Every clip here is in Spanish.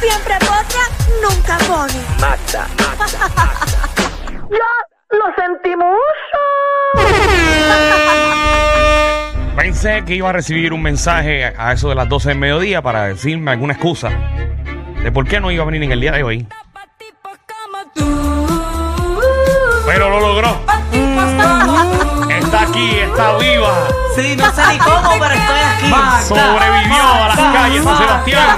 Siempre potra, nunca pone. ¡Ya lo sentimos! Pensé que iba a recibir un mensaje a eso de las 12 del mediodía para decirme alguna excusa de por qué no iba a venir en el día de hoy. Pero lo logró. Está aquí, está viva. Sí, no sé ni cómo, pero estoy aquí. Sobrevivió a las calles de Sebastián.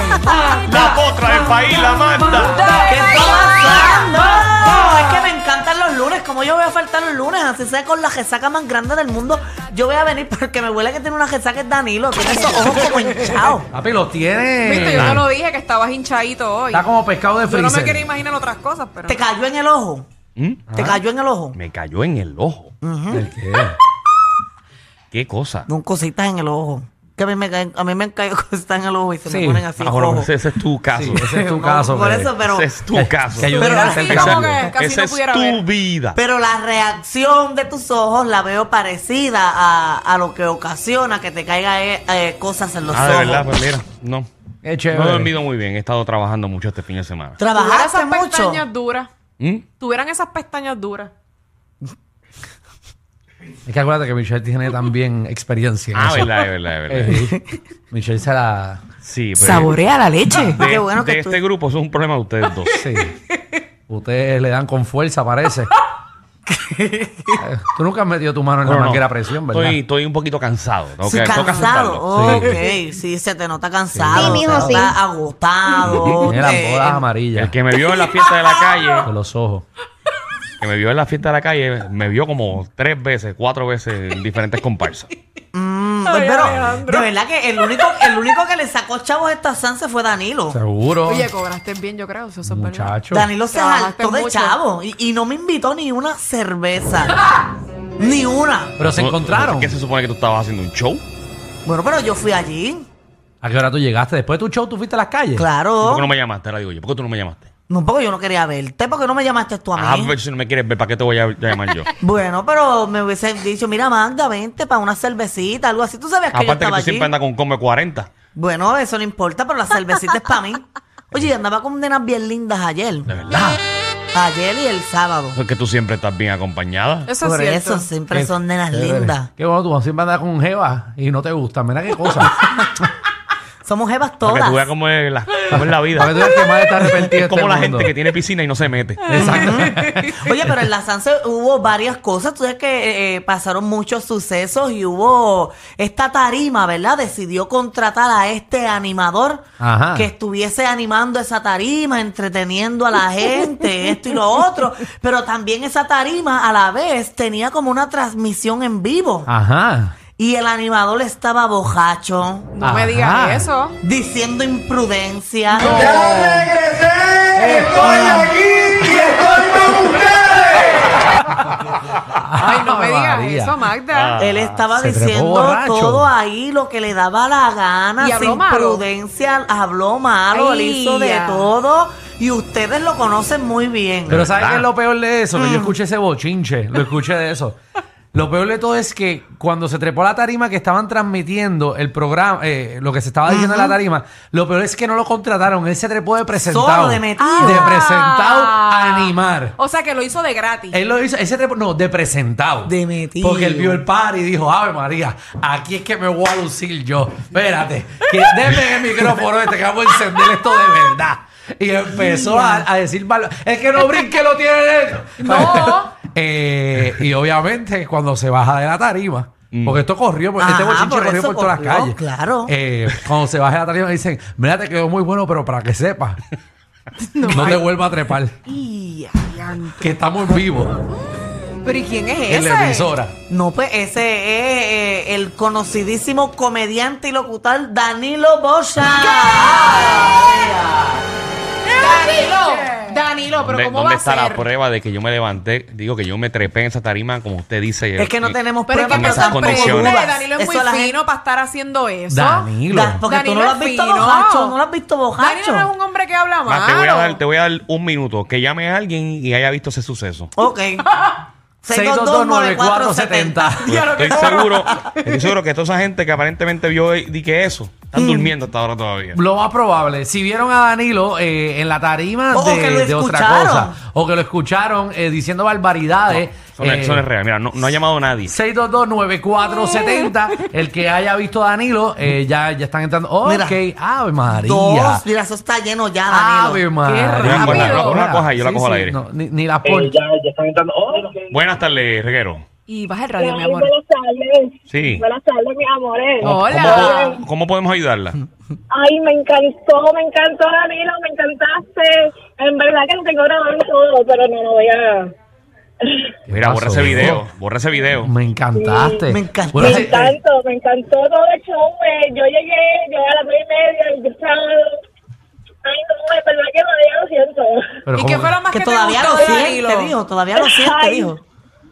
La potra del país, la Marta. ¿Qué está pasando? No, es que me encantan los lunes. Como yo voy a faltar los lunes, así sea con la resaca más grande del mundo, yo voy a venir porque me huele que tiene una resaca es Danilo. Tiene esos ojos como hinchados. Papi, los tiene. Viste, yo te lo dije que estabas hinchadito hoy. Está como pescado de Yo freezer. no me quería imaginar otras cosas, pero. ¿Te cayó en el ojo? ¿Mm? ¿Te cayó en el ojo? Me cayó en el ojo. ¿El qué? Qué cosa. No, cositas en el ojo. Que a mí me, caen- a mí me han caído cositas en el ojo y se Sí. me ponen así Ah, bueno, rojos. ese, ese es tu caso. Sí, ese es tu No, caso. Por que- eso, pero, Ese es tu caso. Que ayudó Pero a así hacer el como cambio. que- casi Esa no es pudiera tu ver. vida. pero la reacción de tus ojos la veo parecida a, a lo que ocasiona que te caigan cosas en los Ah, ojos. de verdad, pues mira, no. Qué No chévere. he dormido muy bien, he estado trabajando mucho este fin de semana. Tuvieran ¿Trabajaste esas mucho? pestañas duras. ¿Mm? Tuvieran esas pestañas duras. Es que acuérdate que Michelle tiene también experiencia. en Ah, eso. verdad, es verdad, es verdad. Eh, Michelle se la. Sí, pero la leche. de, Ah, Qué bueno de que tú- este grupo eso es un problema de ustedes dos. Sí. Ustedes le dan con fuerza, parece. Eh, Tú nunca has metido tu mano en la Bueno, no, manguera a presión, ¿verdad? Estoy, estoy un poquito cansado. tengo Sí, que- tengo que cansado. Oh, aceptarlo. Ok, Sí. sí. se te nota cansado. Sí, mijo, se sí. nota agotado. Tiene las eh, bodas amarillas El que me vio en la fiesta de la de calle, los ojos. el que me vio en la fiesta de la calle, me vio como tres veces, cuatro veces en diferentes comparsas. mm, pero de verdad que el único, el único que le sacó chavos esta Sanse fue Danilo. Seguro. Oye, cobraste bien, yo creo. si Eso es verdad. Muchacho. Danilo se Trabajaste saltó de mucho. chavo y, y no me invitó ni una cerveza. ni una. Pero se No- encontraron. ¿Qué se supone que tú estabas haciendo un show? Bueno, pero yo fui allí. ¿A qué hora tú llegaste? Después de tu show, tú fuiste a las calles. ¿Por qué no Claro. me llamaste? Ahora digo yo, ¿por qué tú no me llamaste? No, porque yo no quería verte, porque no me llamaste tú a Ah, mí. pero si no me quieres ver, ¿para qué te voy a llamar yo? Bueno, pero me hubiese dicho, mira, Magda, vente para una cervecita, algo así. Tú sabías que yo Aparte que tú estaba allí. siempre andas con Come 40. Bueno, eso no importa, pero la cervecita es para mí. Oye, y andaba con nenas bien lindas ayer. De verdad. Ayer y el sábado. Es que tú siempre estás bien acompañada. Eso es Por cierto. eso siempre son nenas Chévere. lindas. Qué bueno, tú siempre andas con Jeva y no te gusta. Mira qué cosa. Somos jevas Para que tú veas todas. cómo es la, cómo es la Para que tú vida. veas que más está arrepentido Es como este la mundo. gente que tiene piscina y no se mete. Exacto. Oye, pero en la Sanse hubo varias cosas. Tú sabes que eh, pasaron muchos sucesos y hubo esta tarima, ¿verdad? Decidió contratar a este animador Ajá. que estuviese animando esa tarima, entreteniendo a la gente, esto y lo otro. Pero también esa tarima a la vez tenía como una transmisión en vivo. Ajá. Y el animador estaba bojacho, No Ajá. me digas eso. diciendo imprudencia. Ay, no me digas Ah, María. Ah. eso, Magda. Él estaba Se trepó diciendo borracho. todo ahí lo que le daba la gana, Y habló sin malo. prudencia, habló malo, Ay, él hizo de ya. todo y ustedes lo conocen muy bien. Pero ¿sabes qué es lo peor de eso? Mm. Que yo escuché ese bochinche, lo escuché de eso. Lo peor de todo es que cuando se trepó la tarima que estaban transmitiendo el programa, eh, lo que se estaba diciendo en la tarima, lo peor es que no lo contrataron. Él se trepó de presentado. Solo de metido. De presentado Ah. a animar. O sea que lo hizo de gratis. Él lo hizo, ese trepó, no, de presentado. De metido. Porque él vio el par y dijo, Ave María, aquí es que me voy a lucir yo. Espérate, que denme el micrófono este que vamos a encender esto de verdad. Y empezó a, a decir mal. Es que no brinque, lo tiene dentro. No. Eh, y obviamente cuando se baja de la tarima. Porque esto corrió, porque este Ajá, bochinche por corrió eso por todas las calles. corrió, claro. Eh, cuando se baja de la tarima le dicen, mira, te quedó muy bueno, pero para que sepas, no, te vuelva a trepar, Y- que estamos en vivo Pero ¿y quién es en ese? la emisora. No, pues ese es eh, el conocidísimo comediante y locutor Danilo Bocha. Danilo. Danilo, pero ¿Dónde, ¿cómo dónde va a está la ser? prueba de que yo me levanté? Digo que yo me trepé en esa tarima, como usted dice. Es que no eh, tenemos Pero es que pruebas, en me esas tampoco sorprende. condiciones. dudas. Danilo es muy Eso la gente- fino para estar haciendo eso. Danilo. Da- porque tú Danilo no lo has es visto fino. bojacho, no lo has visto bojacho. Danilo no es un hombre que habla Va, mal. te, voy a dar, te voy a dar un minuto que llame a alguien y haya visto ese suceso. Ok. 6229470. Pero estoy seguro, estoy seguro que toda esa gente que aparentemente vio y di que eso, están durmiendo hasta ahora todavía. Lo más probable, si vieron a Danilo eh, en la tarima O- o que lo de, de otra escucharon. cosa, o que lo escucharon eh, diciendo barbaridades. Eso no, es- eh, eso no es real. Mira, no, no ha llamado nadie. 6229470. El que haya visto a Danilo, eh, ya, ya están entrando. Ok, Mira. Ave María. Dos, mira, eso está lleno ya, Ah, Danilo. Ave María. rápido. Yo la cojo, la cojo, yo la cojo al aire. no, ni, ni la pon- Buenas tardes, Reguero. Y baja el radio, mi amor. tardes. Sí. Buenas tardes, mis amores. ¿Cómo- Hola. ¿Cómo, cómo podemos ayudarla? Mm. Ay, me encantó, me encantó, Danilo, me encantaste. En verdad que lo tengo grabado y todo, pero no lo voy a... ¿Qué Mira, borra pasó? ese video. Borra ese video. Me encantaste. Me encantó. Bueno, Me sí, eh, encantó, me encantó todo el show. eh. Yo llegué, yo a las tres y media, y yo estaba... Ay, no, es verdad que todavía lo siento. pero ¿Y qué cómo- fue lo más que, Que te todavía lo gustó de Danilo? siente, dijo. Todavía lo siente, Ay. dijo.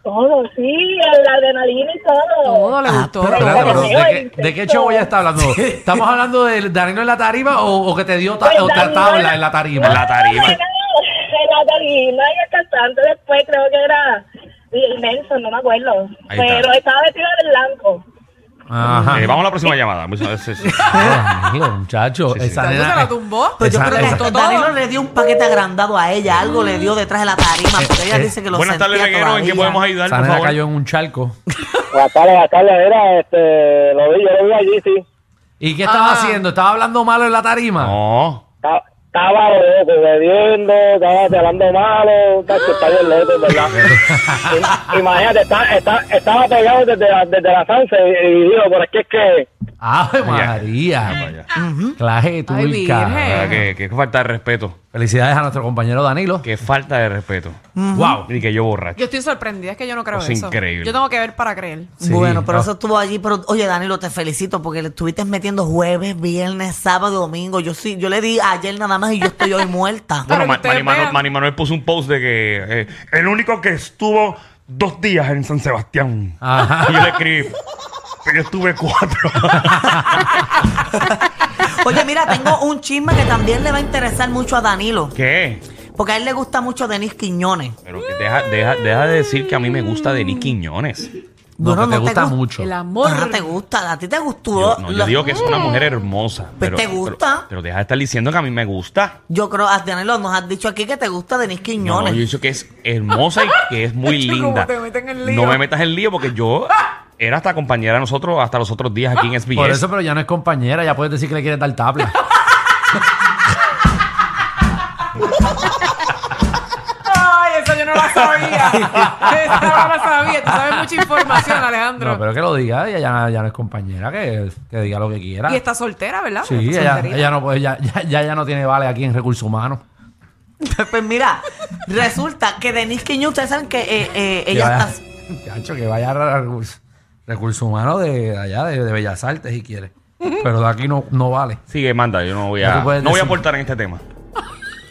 Todo, sí, la adrenalina y todo. Todo le gustó. Pero, espérate, pero Todo. ¿de, qué, ¿De qué show ella está hablando? ¿Estamos hablando de Danilo en la tarima o, o que te dio ta- Pues, o te Danilo tabla era- en la tarima? En la tarima. En la tarima y el cantante después creo que era Nelson, no me acuerdo. Ahí está. Pero estaba vestido de blanco. Ajá. Eh, vamos a la próxima llamada. Sí, sí, sí. Danilo, muchacho. Sí, sí. esa Danilo nena- se la tumbó. Pero Pues yo Esa- creo esa- que Danilo le dio un paquete agrandado a ella. Algo le dio detrás de la tarima. Porque ella eh, dice que lo Buenas sentía tardes, Reguero. ¿En qué todavía. podemos ayudar, Esa por nena favor? cayó en un charco. Buenas tardes, buenas tardes. Mira, este, lo vi, yo lo vi allí, sí. ¿Y qué estaba Ah. haciendo? ¿Estaba hablando malo en la tarima? No. Ta- Estaba loco, bebiendo, estaba hablando malo, tacho, está bien loco, en ¿verdad? Im- Imagínate, está- está- estaba pegado desde la, desde la salsa y, y digo, pero es que es que... ¡Ave Ah, María! vaya. Claje Ay, turca. Eh. virgen. Ah, que, que falta de respeto. Felicidades a nuestro compañero Danilo. Que falta de respeto. Mm. ¡Wow! Y que yo borracho. Yo estoy sorprendida, es que yo no creo Es eso. increíble. Yo tengo que ver para creer. Sí, ah. bueno, pero no. eso estuvo allí. Pero, oye, Danilo, te felicito porque le estuviste metiendo jueves, viernes, sábado, domingo. Yo sí, yo le di ayer nada más y yo estoy hoy muerta. Para Bueno, que Ma- ustedes Manny Manuel, vean. Manny Manuel puso un post de que eh, el único que estuvo dos días en San Sebastián. Ajá. Y yo le escribí, pero yo estuve cuatro. Oye, mira, tengo un chisme que también le va a interesar mucho a Danilo. ¿Qué? Porque a él le gusta mucho Denis Quiñones. Pero que deja, deja, deja de decir que a mí me gusta Denis Quiñones. No, Bueno, que te no te gusta gu- mucho. El amor. Ah, te gusta, a ti te Yo, gustó. no, yo La- digo que es una mujer hermosa. Pues te gusta. Pero, pero deja de estar diciendo que a mí me gusta. Yo creo, a Danilo nos has dicho aquí que te gusta Denis No, no, Quiñones. yo digo que es hermosa y que es muy Chacho, cómo linda. te meten en lío. No me metas en lío porque yo era hasta compañera de nosotros hasta los otros días aquí en SBS. Por eso, pero ya no es compañera, ya puedes decir que le quieres dar tabla. Ay, eso yo no la sabía. Eso no la sabía. Tú sabes mucha información, Alejandro. No, pero que lo diga, ella ya, ya no es compañera, que, que diga lo que quiera. Y está soltera, ¿verdad? Sí, Está ella, solterita. ella no puede, ya, ya, ya ella no tiene vale aquí en recursos humanos. Pues mira, resulta que Denise Quiñones, ustedes saben que eh, eh, ella que vaya, está... Chacho, que vaya a recursos recursos humanos de allá, de, de Bellas Artes, si quiere. Pero de aquí no, no vale. Sigue, manda, yo no voy No a, te puedes no voy a decir. aportar en este tema.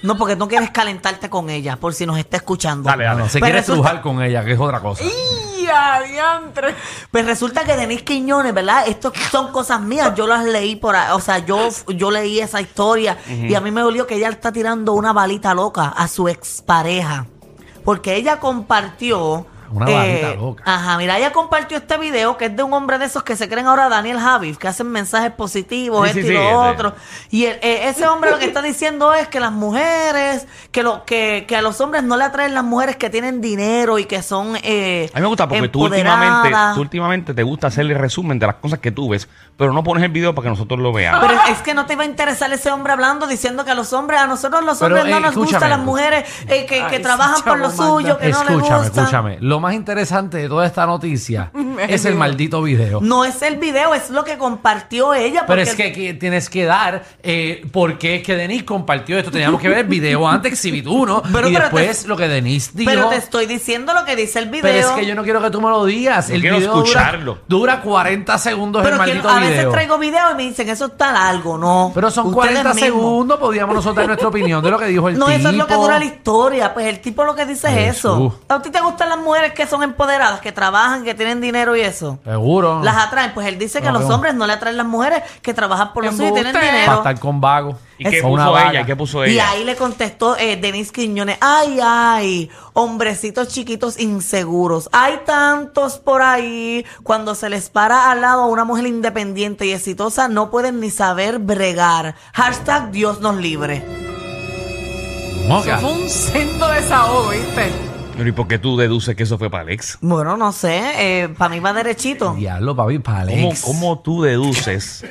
No, porque no quieres calentarte con ella, por si nos está escuchando. Dale, dale. No, se Pero quiere resulta- trujar con ella, que es otra cosa. ¡Y a diantre! Pues resulta que Denise Quiñones, ¿verdad? Estas son cosas mías, yo las leí por ahí, o sea, yo, yo leí esa historia y a mí me dolió que ella está tirando una balita loca a su expareja. Porque ella compartió Una Eh, barrita loca. Ajá, mira, ella compartió este video que es de un hombre de esos que se creen ahora Daniel Javis, que hacen mensajes positivos, Sí, sí, esto sí, este. y lo ese. otro. Y el- eh, ese hombre lo que está diciendo es que las mujeres, que, lo, que, que a los hombres no le atraen las mujeres que tienen dinero y que son. eh, A mí me gusta porque tú empoderadas. últimamente, tú últimamente te gusta hacerle resumen de las cosas que tú ves, pero no pones el video para que nosotros lo veamos. Pero es que no te iba a interesar ese hombre hablando, diciendo que a los hombres, a nosotros los Pero, hombres no eh, nos gustan escúchame. las mujeres eh, que, que Ay, trabajan por lo chavo, suyo, que no les Escúchame, gustan. escúchame. Lo más interesante de toda esta noticia es el video. maldito video. No es el video, es lo que compartió ella. Pero porque- es que aquí tienes que dar eh, por qué es que Denise compartió esto. Teníamos que ver el video antes, exhibit 1, Pero- y pero después lo que Denise dijo. Pero te estoy diciendo lo que dice el video. Pero es que yo no quiero que tú me lo digas. Yo el quiero video dura- escucharlo. Dura, 40 segundos Pero el que maldito a video. veces traigo video y me dicen, eso está largo, no. Pero son Ustedes 40 mismos. segundos, podíamos nosotros dar nuestra opinión de lo que dijo el No, tipo. eso es lo que dura la historia. Pues el tipo lo que dice es Jesús. eso. ¿A ti te gustan las mujeres que son empoderadas, que trabajan, que tienen dinero y eso? Seguro. Las atraen. Pues él dice que a No, los no. hombres no le atraen las mujeres que trabajan por lo suyo y tienen Embuste. Para dinero. estar con vago. ¿Y qué Con una puso vaga. ella? ¿Y qué puso Y ella? ahí le contestó eh, Denise Quiñones, ay, ay, hombrecitos chiquitos inseguros. Hay tantos por ahí cuando se les para al lado a una mujer independiente y exitosa, no pueden ni saber bregar. Hashtag Dios nos libre. Moca. Fue un sendo desahogo, ¿viste? Pero ¿y por qué tú deduces que eso fue para Alex? Bueno, no sé, eh, para mí va derechito. Diablo, papi, para ¿Cómo, Alex. cómo tú deduces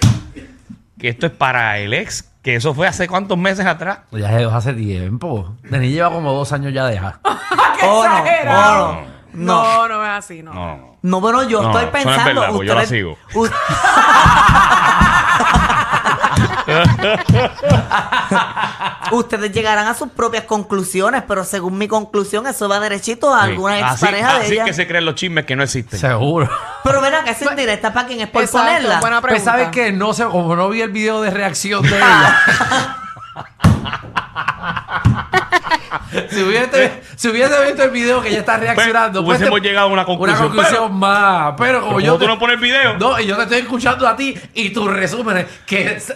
que esto es para el ex? Que eso fue hace cuántos meses atrás. Ya se hace tiempo. Denis lleva como dos años ya deja. Ah, ¡Qué Oh, no, exagerado! oh, no. No, no es así, no. No, no, no. No, bueno, yo No, estoy eso no es pensando. verdad, porque yo ustedes- la sigo. u- Ustedes llegarán a sus propias conclusiones, pero según mi conclusión, eso va derechito a alguna Sí. expareja así, de así ella. que se creen los chismes que no existen. Seguro. Pero verá que es indirecta para quien es por Exacto, ponerla. buena pregunta. Pues sabes que no sé, como no vi el video de reacción de ella. si, hubiese, si hubiese visto el video que ella está reaccionando, Pues, hubiésemos te- llegado a una conclusión, Una conclusión más. Pero como Pero yo. como tú no pones video. No, y yo te estoy escuchando a ti y tus resúmenes. Que es-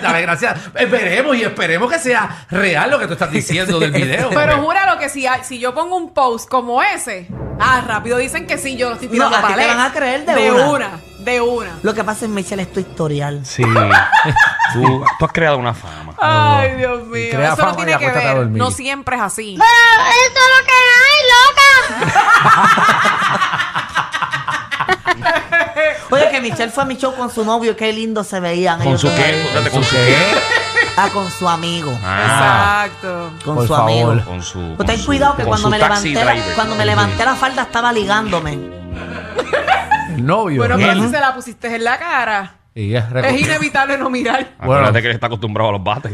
dale gracias. Esperemos y esperemos que sea real lo que tú estás diciendo del video. Pero júralo que si, hay- si yo pongo un post como ese, ah, rápido dicen que sí, yo lo estoy tirando No, a ti para te Alex. van a creer de una. una. De una. Lo que pasa es, Michelle, es tu historial. Sí. tú, tú has creado una fama. Ay, Dios mío. Y crea Eso no fama y tiene que acuéstate a ver. dormir. No siempre es así. esto Ah, es lo que hay, loca. Oye, que Michelle fue a mi show con su novio, qué lindo se veían. ¿Con ellos su dos. qué? Date con su qué. Ah, con su amigo. Ah, Exacto. Con Por su amigo. favor. con su. Pues con ten su- cuidado que con cuando su me, taxi levanté la, driver. cuando me levanté la falda estaba ligándome. El novio. Bueno, pero Ujú. si se la pusiste en la cara, Y es es recogida. inevitable no mirar. Bueno. Acuérdate que él está acostumbrado a los bates.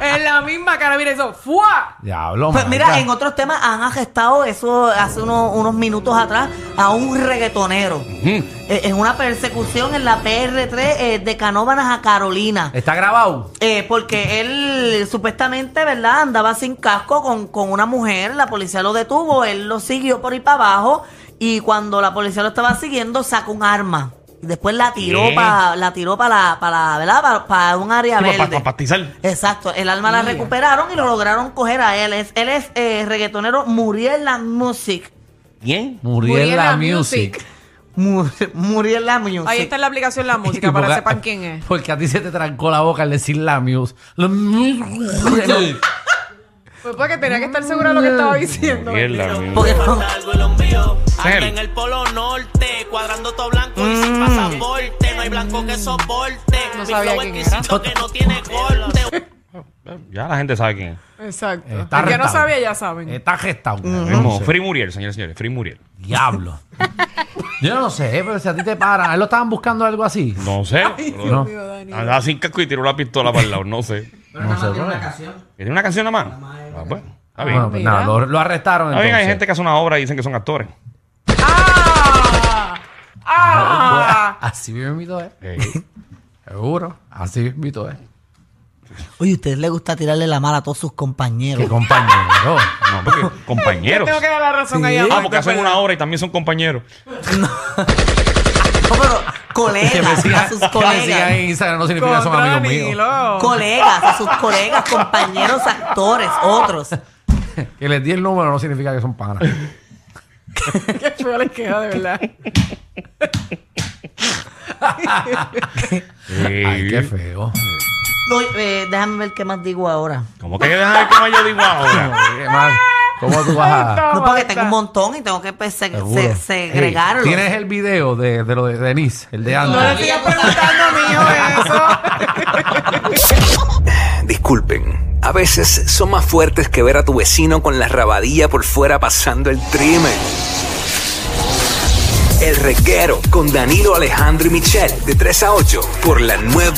en la misma cara, mira eso. ¡Fua! Diablo, Pues mira, marica. en otros temas han arrestado eso hace unos, unos minutos atrás a un reggaetonero. Eh, En una persecución en la PR3 eh, de Canóvanas a Carolina. Está grabado. Eh, porque él supuestamente, ¿verdad? Andaba sin casco con, con una mujer, la policía lo detuvo, él lo siguió por ahí para abajo y cuando la policía lo estaba siguiendo sacó un arma. Y después la tiró ¿Qué? para la tiró para la, para la- ¿verdad? Para, para un área Para verde. pastizar. Exacto, el alma la recuperaron y lo lograron coger a él. Es- él es eh, reggaetonero Muriel La Music. Bien. Muriel la music. Mu- Muriel La Music. Ahí está en la aplicación la música Y para que porque- sepan quién es. Porque a ti se te trancó la boca al decir la music. La music. Pues porque tenía que estar segura de lo que estaba Mm. diciendo. Mierda, mierda. Porque no- Algo el envío. Cel. Anda en el polo norte, cuadrando todo blanco y Mm. sin pasaporte. No hay blanco que soporte. No Mi sabía flow quién exquisito que no tiene corte. Ya la gente sabe quién es. Exacto. Eh, El está Este- que no rentable. sabía, ya saben. Está gestado. Mismo, Free Muriel, señores y señores. Free Muriel. Diablo. Yo no sé, eh, pero si a ti te paran, ¿a él lo estaban buscando algo así. No sé. No. Digo, Dani. Andaba sin casco y tiró la pistola para el lado. No sé. No sé, pero- ¿Tiene una canción nada más? eh. Ah, bueno, está bien. Bueno, pues nada, lo, lo arrestaron. Está bien, hay entonces. gente que hace una obra y dicen que son actores. Este ¡Ah! ¡Ah! Así mismo es. Eh, Seguro. Así eh. mismo es. Oye, ¿a ustedes les gusta tirarle la mala a todos sus compañeros? Qué compañero. no, porque compañeros. Tengo que dar la razón ahí Ah, porque hacen una obra y también son compañeros. No, pero Que me colegas, siga- a sus Que me sigan colegas. en Instagram no significa que son Contra amigos míos. Danilo. Colegas, a sus colegas, compañeros, actores, otros. Que les di el número no significa que son panas. Qué feo les queda, de verdad. Ay, qué feo. No, eh, déjame ver qué más digo ahora. ¿Cómo que dejan el caballo de igual ahora? Qué mal. ¿Cómo tú vas a...? No, porque Marta. tengo un montón y tengo que pues, se- Seguro. se- segregarlos. Ey, Tienes el video de, de lo de Denise, el de No le Andrés. sigas preguntando a mi hijo eso. Disculpen, a veces son más fuertes que ver a tu vecino con la rabadilla por fuera pasando el trimen. El reguero con Danilo Alejandro y Michel de 3 a 8 por la nueva...